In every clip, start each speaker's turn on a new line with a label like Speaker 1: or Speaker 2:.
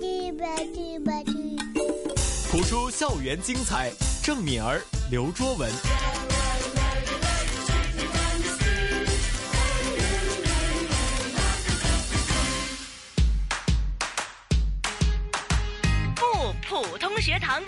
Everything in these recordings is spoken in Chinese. Speaker 1: 去吧去吧去！
Speaker 2: 谱出校园精彩，郑敏儿、刘卓文。
Speaker 3: 不普通学堂，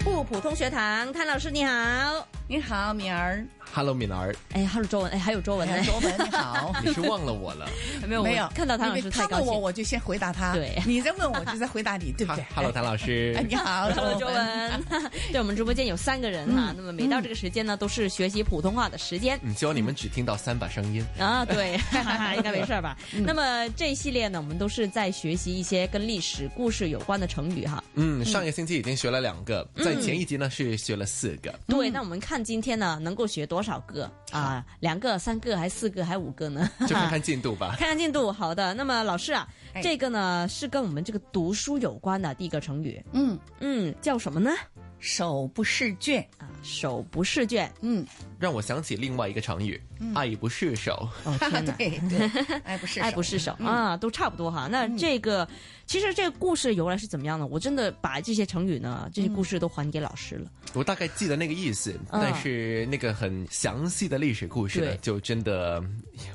Speaker 4: 不普通学堂，谭老师你好，
Speaker 5: 你好，敏儿，
Speaker 2: Hello，敏儿，
Speaker 4: 哎，Hello 周文，哎，还有周文呢，
Speaker 5: 卓文，你好。
Speaker 2: 你是忘了我 了
Speaker 4: 没有
Speaker 5: 没有
Speaker 4: 我看到谭老
Speaker 5: 因
Speaker 4: 师
Speaker 5: 为
Speaker 4: 太
Speaker 5: 他
Speaker 4: 高
Speaker 5: 问我，
Speaker 4: 兴。
Speaker 5: 我就先回答他。
Speaker 4: 对
Speaker 5: 你在问我，就在回答你，对不
Speaker 2: 哈
Speaker 5: 对
Speaker 2: Hello，谭老师
Speaker 5: 哎，。你好，
Speaker 4: Hello，周
Speaker 5: 我们
Speaker 4: 文， 嗯对我们直播间有三个人哈，那么每到这个时间呢，都是学习普通话的时间。
Speaker 2: 嗯，希望你们只听到三把声音。
Speaker 4: 啊， 对，哈哈哈，应该没事儿吧？那么这一系列呢，我们都是在学习一些跟历史故事有关的成语哈。
Speaker 2: 嗯，上个星期已经学了两个，在前一集呢是学了四个。
Speaker 4: 对，那我们看今天呢，能够学多少个啊？两个、三个，还四个，还五个呢？
Speaker 2: 就看看进度吧。
Speaker 4: 看看进度。好的，那么老师啊，
Speaker 5: 哎
Speaker 4: 这个呢是跟我们这个读书有关的第一个成语，
Speaker 5: 嗯，
Speaker 4: 嗯，叫什么呢？
Speaker 5: 手不释卷，
Speaker 4: 啊，手不释卷。
Speaker 5: 嗯，
Speaker 2: 让我想起另外一个成语“爱不释手
Speaker 4: 哦天哪！
Speaker 5: 对对，爱不释
Speaker 4: 爱不释手啊，都差不多哈。那这个，其实这个故事由来是怎么样呢？我真的把这些成语呢，这些故事都还给老师了。”，
Speaker 2: 我大概记得那个意思，但是那个很详细的历史故事呢，
Speaker 4: 对
Speaker 2: 就真的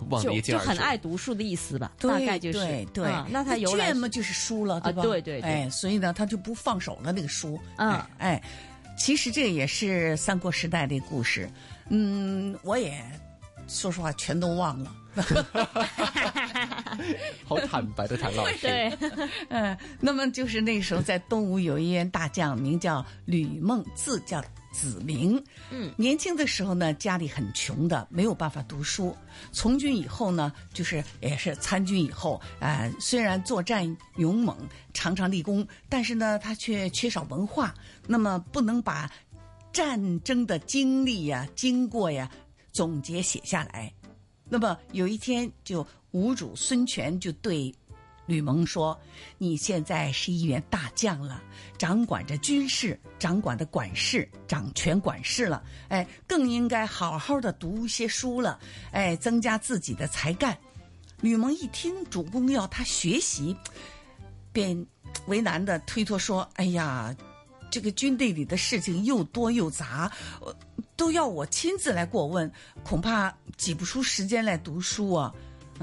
Speaker 2: 忘得
Speaker 4: 就
Speaker 2: 一
Speaker 4: 就
Speaker 2: 清二
Speaker 4: 很
Speaker 2: 楚。
Speaker 4: 爱读书的意思吧，
Speaker 5: 对
Speaker 4: 大概就是
Speaker 5: 对对
Speaker 4: 啊那它由来
Speaker 5: 卷
Speaker 4: 是
Speaker 5: 嘛就是书了，对吧？
Speaker 4: 啊对对对
Speaker 5: 哎，所以呢，他就不放手了那个书。
Speaker 4: 嗯
Speaker 5: 哎哎，其实这也是三国时代的故事。嗯，我也说实话全都忘了。
Speaker 2: 好坦白的谭老 师，
Speaker 4: 对，
Speaker 5: 嗯， 那么就是那时候在东吴有一员大将，名叫吕孟，字叫子明。
Speaker 4: 嗯，
Speaker 5: 年轻的时候呢，家里很穷的，没有办法读书。从军以后呢，就是也是参军以后，啊、虽然作战勇猛，常常立功，但是呢，他却缺少文化，那么不能把战争的经历呀、经过呀总结写下来。那么有一天，就吴主孙权就对吕蒙说：“你现在是一员大将了，掌管着军事，掌管的管事，掌权管事了。哎，更应该好好的读一些书了，哎，增加自己的才干。”吕蒙一听主公要他学习，便为难的推脱说：“哎呀，这个军队里的事情又多又杂，呃都要我亲自来过问，恐怕挤不出时间来读书啊。”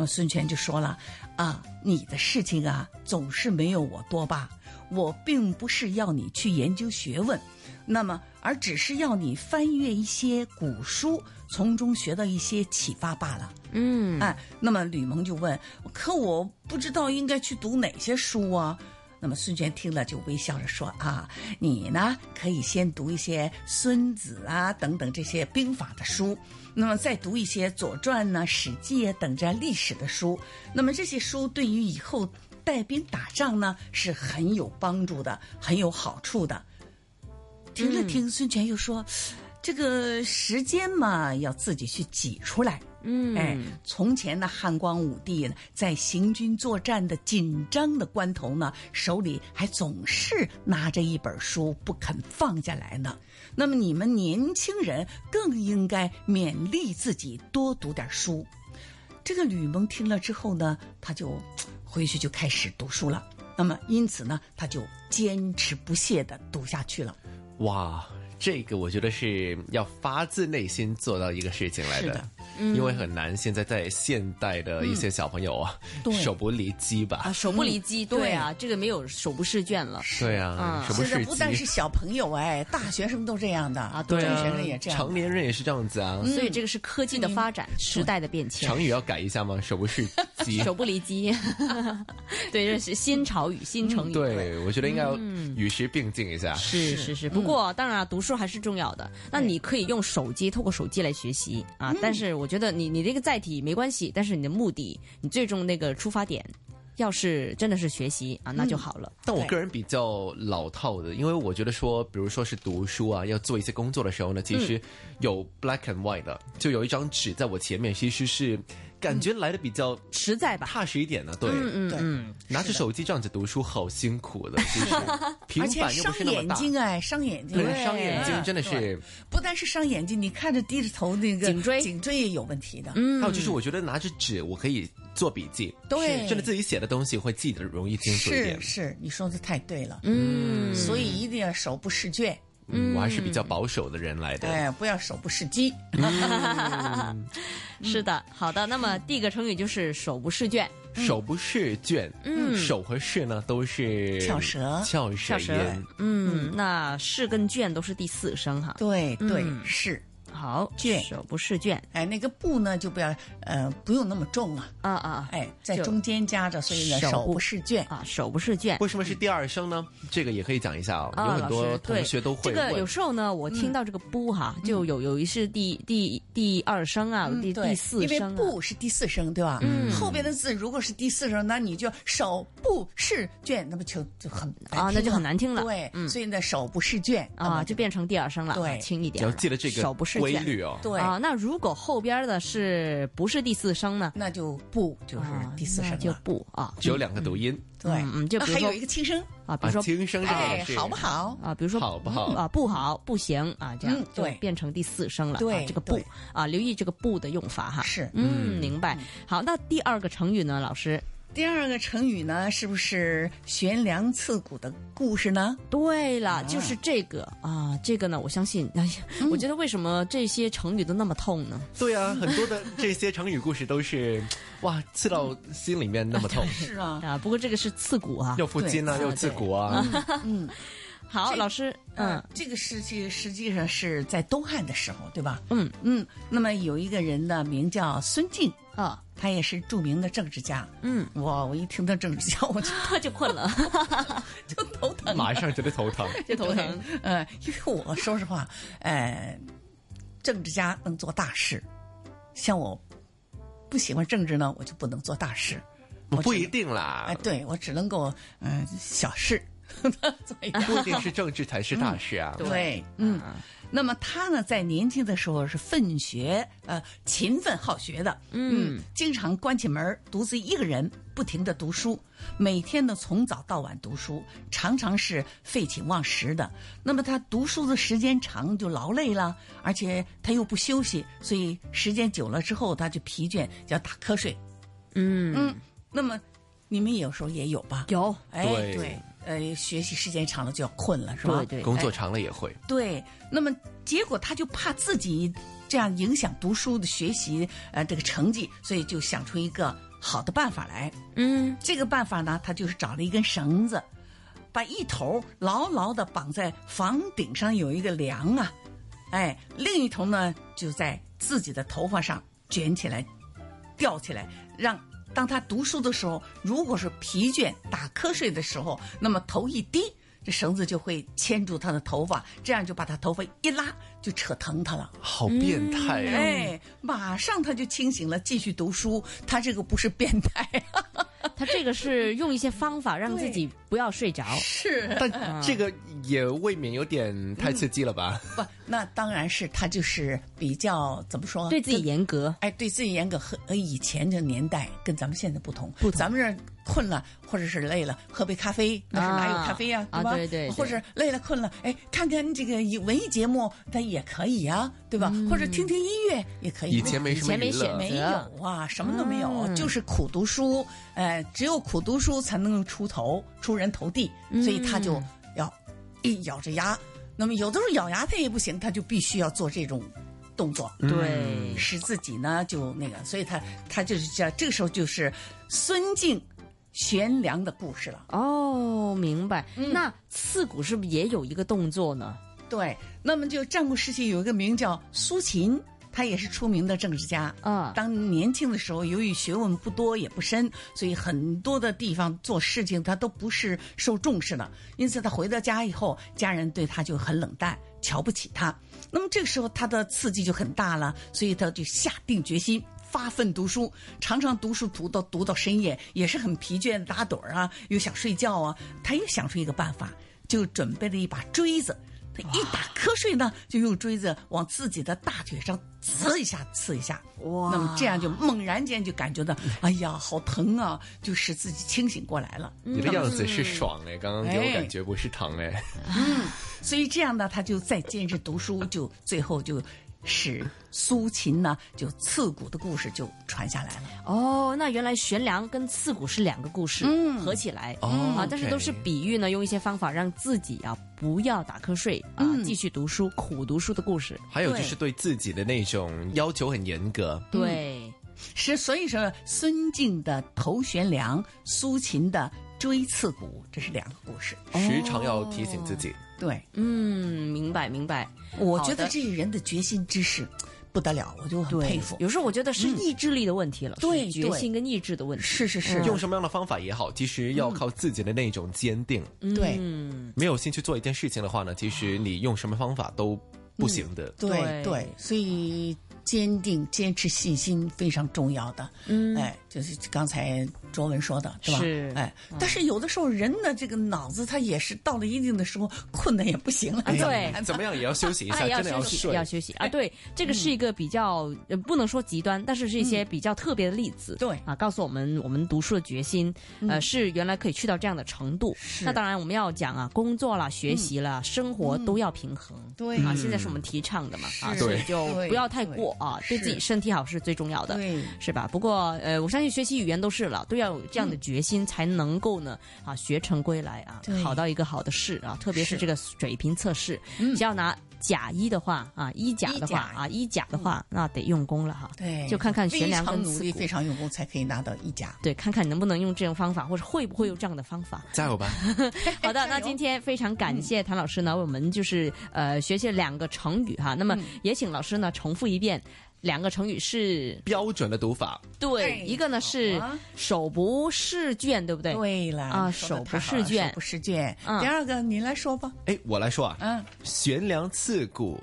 Speaker 5: 嗯，孙权就说了：“啊，你的事情啊，总是没有我多吧？我并不是要你去研究学问，那么而只是要你翻阅一些古书，从中学到一些启发罢了。”
Speaker 4: 嗯，
Speaker 5: 哎，那么吕蒙就问：“可我不知道应该去读哪些书啊？”那么孙权听了就微笑着说：“啊，你呢可以先读一些《孙子啊》等等这些兵法的书，那么再读一些《左传》呢、《史记》啊等这历史的书。那么这些书对于以后带兵打仗呢是很有帮助的，很有好处的。”听了听，孙权又说：“这个时间嘛，要自己去挤出来。”
Speaker 4: 嗯，
Speaker 5: 哎，从前呢，汉光武帝呢，在行军作战的紧张的关头呢，手里还总是拿着一本书不肯放下来呢。那么你们年轻人更应该勉励自己多读点书。这个吕蒙听了之后呢，他就嘖回去就开始读书了。那么因此呢，他就坚持不懈的读下去了。
Speaker 2: 哇，这个我觉得是要发自内心做到一个事情来
Speaker 5: 是
Speaker 2: 的，
Speaker 5: 的
Speaker 2: 因为很难。现在在现代的一些小朋友啊，
Speaker 5: 嗯对
Speaker 2: 手不离机
Speaker 4: 啊，
Speaker 2: 吧？
Speaker 4: 手不离
Speaker 5: 嗯
Speaker 4: 机，对啊，这个没有手不释卷了
Speaker 2: 对啊，
Speaker 4: 嗯
Speaker 2: 手不
Speaker 5: 现在
Speaker 2: 是
Speaker 5: 不但
Speaker 2: 机
Speaker 5: 是。小朋友哎，大学生都这样的
Speaker 4: 啊，
Speaker 2: 对
Speaker 4: 对
Speaker 5: 中学
Speaker 2: 啊
Speaker 5: 生也，这样的。嗯
Speaker 2: 成年人也是这样子啊。
Speaker 4: 所以这个是科技的发展，时代的变迁。
Speaker 2: 成语要改一下吗？手不是 机。
Speaker 4: 嗯手不离 机，对，这是新潮语、新成语。
Speaker 2: 嗯对，我觉得应该要
Speaker 5: 嗯
Speaker 2: 与时并进一下。
Speaker 4: 是是是，不过当然啊，读书还是重要的。那你可以用手机，透过手机来学习啊。但是我觉得你你这个载体没关系，但是你的目的，你最终那个出发点，要是真的是学习啊，那就好了。
Speaker 2: 但我
Speaker 5: 对
Speaker 2: 个人比较老套的，因为我觉得说，比如说是读书啊，要做一些工作的时候
Speaker 5: 嗯
Speaker 2: 呢，其实有 black and white 的，就有一张纸在我前面，其实是感觉来的比较
Speaker 4: 实在吧，
Speaker 2: 踏实一点的。对，
Speaker 4: 嗯
Speaker 5: 对
Speaker 4: 嗯，
Speaker 2: 拿着手机这样子读书好辛苦的，其实平
Speaker 5: 而且
Speaker 2: 板又不
Speaker 5: 伤
Speaker 2: 是那么
Speaker 5: 眼
Speaker 2: 大。
Speaker 5: 睛哎，伤眼睛，
Speaker 2: 对，伤眼睛真的
Speaker 5: 对。
Speaker 2: 是，
Speaker 5: 不但是伤眼睛，你看着低着头那个
Speaker 4: 颈椎嗯
Speaker 5: 颈椎也有问题的。
Speaker 2: 还有就是我觉得拿着纸，我可以做笔记，
Speaker 5: 对
Speaker 2: 真的自己写的东西会记得容易清楚一点
Speaker 5: 是。是，你说的太对了，
Speaker 4: 嗯，
Speaker 5: 所以一定要手不释卷，
Speaker 2: 嗯，我还是比较保守的人来的。
Speaker 5: 哎，不要手不释鸡。
Speaker 4: 是的，好的。那么第一个成语就是手不释卷，
Speaker 2: 手不释卷，
Speaker 4: 嗯
Speaker 2: 手和释呢都是
Speaker 5: 翘舌
Speaker 2: 翘舌
Speaker 4: 翘舌
Speaker 2: 音。。
Speaker 4: 嗯，那释跟卷都是第四声哈。
Speaker 5: 对对、
Speaker 4: 嗯
Speaker 5: 是，
Speaker 4: 好，
Speaker 5: 卷
Speaker 4: 手不释卷，
Speaker 5: 哎，那个不呢就不要呃不用那么重了，
Speaker 4: 啊啊
Speaker 5: 哎，在
Speaker 4: 就
Speaker 5: 中间夹着，所以呢
Speaker 4: 手
Speaker 5: 手
Speaker 4: 不
Speaker 5: 不释卷。
Speaker 4: 啊，手不释卷。
Speaker 2: 为什么是第二声呢？这个也可以讲一下哦，
Speaker 4: 啊，
Speaker 2: 有很
Speaker 4: 老
Speaker 2: 多
Speaker 4: 师对
Speaker 2: 同学都会嗯
Speaker 4: 这个有
Speaker 2: 问。
Speaker 4: 时候呢，我听到这个“不”哈，就有有一是第第第二声啊，
Speaker 5: 嗯
Speaker 4: 第
Speaker 5: 对
Speaker 4: 第四
Speaker 5: 因为
Speaker 4: 声啊，
Speaker 5: 不是第四声，对吧？嗯，后边的字如果是第四声，那你就手不释卷，那不就就很难
Speaker 4: 啊，那
Speaker 5: 听
Speaker 4: 就很难听了。
Speaker 5: 对，
Speaker 4: 嗯
Speaker 5: 所以呢手不释卷那
Speaker 4: 啊，
Speaker 5: 么
Speaker 4: 就变成第二声了，
Speaker 5: 嗯对
Speaker 4: 啊轻一点
Speaker 2: 要
Speaker 4: 了。
Speaker 2: 记得这
Speaker 4: 手
Speaker 2: 个
Speaker 4: 不释
Speaker 2: 规
Speaker 4: 卷。
Speaker 2: 律哦。
Speaker 5: 对，
Speaker 4: 啊，那如果后边的是不是第四声呢？
Speaker 5: 那就不就是
Speaker 4: 啊
Speaker 5: 第四
Speaker 4: 那
Speaker 5: 声
Speaker 4: 就
Speaker 5: 了。
Speaker 4: 不啊，
Speaker 2: 只有两个读音
Speaker 5: 对，
Speaker 4: 嗯嗯就
Speaker 5: 那
Speaker 4: 比如
Speaker 5: 还
Speaker 4: 说
Speaker 5: 有一个轻声，
Speaker 4: 啊，比
Speaker 2: 啊
Speaker 4: 如，说
Speaker 2: 轻声这个
Speaker 5: 哎
Speaker 2: 也，是
Speaker 5: 好不好？
Speaker 4: 啊，比如说
Speaker 2: 好不好
Speaker 4: 啊，不好，不行啊，这样
Speaker 5: 嗯
Speaker 4: 就
Speaker 5: 对
Speaker 4: 变成第四声了。
Speaker 5: 对
Speaker 4: 啊这个不
Speaker 5: 对
Speaker 4: 啊，留意这个不的用法哈。
Speaker 5: 是
Speaker 4: 嗯，明白。好，那第二个成语呢，老师？
Speaker 5: 第二个成语呢，是不是悬梁刺股的故事呢？
Speaker 4: 对了，就是这个啊，这个呢，我相信，哎呀，我觉得为什么这些成语都那么痛呢？
Speaker 2: 对啊，很多 的这些成语故事都是，哇，刺到心里面那么痛，
Speaker 5: 是啊，
Speaker 4: 啊，不过这个是刺骨啊
Speaker 2: 又。负
Speaker 5: 对
Speaker 2: 筋啊，
Speaker 5: 啊
Speaker 2: 又刺骨啊，
Speaker 5: 嗯
Speaker 4: 好，
Speaker 5: 这
Speaker 4: 老师，嗯
Speaker 5: 嗯，这个事情实际上是在东汉的时候，对吧？
Speaker 4: 嗯
Speaker 5: 嗯，那么有一个人呢，名叫孙敬，
Speaker 4: 啊，
Speaker 5: 他也是著名的政治家。
Speaker 4: 嗯，
Speaker 5: 哇，我一听到政治家， 我就
Speaker 4: 就困了，
Speaker 5: 就头 疼。
Speaker 2: 马上觉得头疼。
Speaker 4: 就头疼。
Speaker 5: 对。呃，因为我说实话，呃，政治家能做大事，像我不喜欢政治呢，我就不能做大事。 我
Speaker 2: 不
Speaker 5: 只
Speaker 2: 一定
Speaker 5: 哎
Speaker 2: 啦，，
Speaker 5: 对我只能够嗯、小事， 所以
Speaker 2: 不一定是政治才是大事啊。
Speaker 5: 对，嗯。那么他呢，在年轻的时候是奋学，呃，勤奋好学的，嗯，经常关起门儿独自一个人不停的读书，每天呢从早到晚读书，常常是废寝忘食的。那么他读书的时间长就劳累了，而且他又不休息，所以时间久了之后他就疲倦，就要打瞌睡。
Speaker 4: 嗯，
Speaker 5: 嗯，那么你们有时候也有吧？
Speaker 4: 有，
Speaker 5: 哎，
Speaker 2: 对
Speaker 5: 对，哎呃，学习时间长了就要困了，是吧？
Speaker 4: 对对哎
Speaker 2: 工作长了也会，
Speaker 5: 对，那么结果他就怕自己这样影响读书的学习，呃，这个成绩，所以就想出一个好的办法来。
Speaker 4: 嗯，
Speaker 5: 这个办法呢，他就是找了一根绳子，把一头牢牢的绑在房顶上有一个梁啊，哎，另一头呢就在自己的头发上卷起来，吊起来，让当他读书的时候，如果是疲倦打瞌睡的时候，那么头一低，这绳子就会牵住他的头发，这样就把他头发一拉就扯疼他了。
Speaker 2: 好变态啊！
Speaker 5: 哎，马上他就清醒了，继续读书。他这个不是变态，啊
Speaker 4: 他这个是用一些方法让自己不要睡着。
Speaker 5: 是
Speaker 2: 但这个也未免有点太刺激了吧？
Speaker 5: 不，那当然是他就是比较怎么说，
Speaker 4: 对自己
Speaker 5: 跟
Speaker 4: 严格，
Speaker 5: 哎，对自己严格和和以前的年代跟咱们现在不同，
Speaker 4: 不同
Speaker 5: 咱们这困了或者是累了，喝杯咖啡，那是哪有咖啡呀、
Speaker 4: 啊
Speaker 5: 对吧？
Speaker 4: 啊对对对
Speaker 5: 或者累了困了，哎，看看这个文艺节目，它也可以呀、对吧？
Speaker 4: 嗯
Speaker 5: 或者听听音乐也嗯可以。
Speaker 2: 以前没什么
Speaker 4: 以前没
Speaker 2: 娱
Speaker 4: 选
Speaker 2: 乐，
Speaker 5: 没有啊，什么都没有，就是苦读书。呃，只有苦读书才能够出头、出人头地，所以他就要一咬着牙。那么有的时候咬牙他也不行，他就必须要做这种动作，
Speaker 4: 嗯对，
Speaker 5: 使自己呢就那个，所以他他就是这样。这个时候就是孙敬悬梁的故事了。
Speaker 4: 哦，明白。那刺骨是不是也有一个动作呢？
Speaker 5: 对，那么就战国时期有一个名叫苏秦，他也是出名的政治家。
Speaker 4: 啊，
Speaker 5: 当年轻的时候，由于学问不多也不深，所以很多的地方做事情他都不是受重视的。因此，他回到家以后，家人对他就很冷淡，瞧不起他。那么这个时候，他的刺激就很大了，所以他就下定决心。发奋读书，常常读书读到读到深夜，也是很疲倦，打盹儿啊，又想睡觉啊。他又想出一个办法，就准备了一把锥子。他一打瞌睡呢，就用锥子往自己的大腿上刺一下，刺一下。
Speaker 4: 哇
Speaker 5: 那么这样就猛然间就感觉到，哎呀，好疼啊！就使自己清醒过来了。
Speaker 2: 你的样子是爽哎，刚刚给我感觉不是糖哎，
Speaker 5: 所以这样呢，他就再坚持读书，就最后就使苏秦呢就刺骨的故事就传下来了。
Speaker 4: 哦，那原来悬梁跟刺骨是两个故事，
Speaker 5: 嗯
Speaker 4: 合起来、
Speaker 2: 哦
Speaker 4: 啊
Speaker 2: OK，
Speaker 4: 但是都是比喻呢，用一些方法让自己啊不要打瞌睡啊，
Speaker 5: 嗯
Speaker 4: 继续读书，苦读书的故事。
Speaker 2: 还有就是对自己的那种要求很严格，
Speaker 4: 对，
Speaker 5: 是，所以说孙敬的头悬梁，苏秦的锥刺股，这是两个故事。
Speaker 2: 时常要提醒自己。
Speaker 5: 对，
Speaker 4: 嗯，明白明白。
Speaker 5: 我
Speaker 4: 好
Speaker 5: 觉得
Speaker 4: 的
Speaker 5: 这人的决心之士不得了，我就很佩服。
Speaker 4: 有时候我觉得是意志力的问题了，
Speaker 5: 嗯对
Speaker 4: 是决
Speaker 5: 对
Speaker 4: 心跟意志的问题。
Speaker 5: 是
Speaker 4: 嗯
Speaker 5: 是是，
Speaker 2: 用什么样的方法也好，其实要靠自己的那种坚定。
Speaker 5: 对
Speaker 4: 嗯，
Speaker 2: 没有兴趣做一件事情的话呢，其实你用什么方法都不行
Speaker 4: 嗯
Speaker 2: 的。
Speaker 5: 对
Speaker 4: 对
Speaker 5: 对，所以坚定、坚持、信心非常重要的。嗯，哎，就是刚才卓文说的，对吧？
Speaker 4: 是嗯
Speaker 5: 哎，但是有的时候人的这个脑子，他也是到了一定的时候，困的也不行了。哎
Speaker 4: 啊对
Speaker 2: 怎么样也要休息一
Speaker 4: 啊，
Speaker 2: 下，
Speaker 4: 也
Speaker 2: 真的
Speaker 4: 休息，
Speaker 2: 睡。
Speaker 4: 要休息啊！对，这
Speaker 5: 嗯
Speaker 4: 个是一个比较、呃不能说极端，但是是一些比较特别的例子。
Speaker 5: 对
Speaker 4: 啊，告诉我们我们读书的决心，呃，是原来可以去到这样的程度。
Speaker 5: 嗯是嗯
Speaker 4: 那当然我们要讲啊，工作啦、学习啦、生活都要平衡。
Speaker 5: 对嗯
Speaker 4: 啊，现在是我们提倡的嘛啊，
Speaker 5: 是
Speaker 4: 所以
Speaker 2: 对
Speaker 4: 就
Speaker 5: 对
Speaker 4: 不要太过
Speaker 5: 对
Speaker 4: 啊，
Speaker 5: 是
Speaker 4: 对自己身体好是最重要的。
Speaker 5: 对
Speaker 4: 是吧？不过，呃，我相信学习语言都是了，都要有这
Speaker 5: 嗯
Speaker 4: 样的决心，才能够呢、啊学成归来啊
Speaker 5: 对，
Speaker 4: 考到一个好的试啊。特别是
Speaker 5: 是嗯
Speaker 4: 这个水平测试，只要拿甲一的话啊，一甲的话
Speaker 5: 一甲
Speaker 4: 啊，一甲的话，那得用功了哈。
Speaker 5: 对，
Speaker 4: 就看看悬
Speaker 5: 非
Speaker 4: 梁
Speaker 5: 常
Speaker 4: 跟
Speaker 5: 努
Speaker 4: 刺
Speaker 5: 力，
Speaker 4: 股
Speaker 5: 非。常用功，才可以拿到一甲。
Speaker 4: 对，看看能不能用这种方法，或者会不会用这样的方法。
Speaker 2: 加油吧！
Speaker 4: 好的，那
Speaker 5: 嗯哎油嗯
Speaker 4: 今天非常感谢谭老师呢，为我们就是呃学习两个成语哈。那
Speaker 5: 嗯
Speaker 4: 么也请老师呢重复一遍，两个成语是
Speaker 2: 标准的读法，
Speaker 4: 对，
Speaker 5: 哎
Speaker 4: 一个呢
Speaker 5: 好
Speaker 4: 是
Speaker 5: 啊
Speaker 4: 手不释卷，对不对？
Speaker 5: 对了
Speaker 4: 啊
Speaker 5: 你说得
Speaker 4: 手不
Speaker 5: 太好
Speaker 4: 释
Speaker 5: 了
Speaker 4: 卷
Speaker 5: 手不释卷。
Speaker 4: 嗯
Speaker 5: 第二个，你来说吧。
Speaker 2: 哎，我来说啊，
Speaker 5: 嗯，
Speaker 2: 悬梁刺股，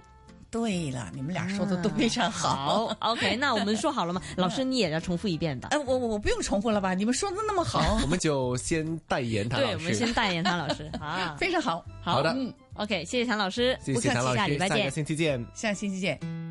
Speaker 5: 对了，你们俩说的都非常好。
Speaker 4: 啊
Speaker 5: 嗯
Speaker 4: 好，OK，那我们说好 了吗？老师，你也要重复一遍吧。
Speaker 5: 哎，我我我不用重复了吧？你们说的那么好，
Speaker 2: 我们就先代言谭
Speaker 4: 对，
Speaker 2: 老
Speaker 4: 我们先
Speaker 2: 师。
Speaker 4: 代言谭老师啊。
Speaker 5: 非常好。
Speaker 2: 好的，
Speaker 4: OK，谢谢谭老师，
Speaker 2: 谢
Speaker 4: 不
Speaker 2: 谢
Speaker 4: 客气
Speaker 2: 谭老
Speaker 4: 下礼
Speaker 2: 师，
Speaker 4: 拜
Speaker 2: 下
Speaker 4: 见
Speaker 2: 个。星期见。
Speaker 5: 下星期见。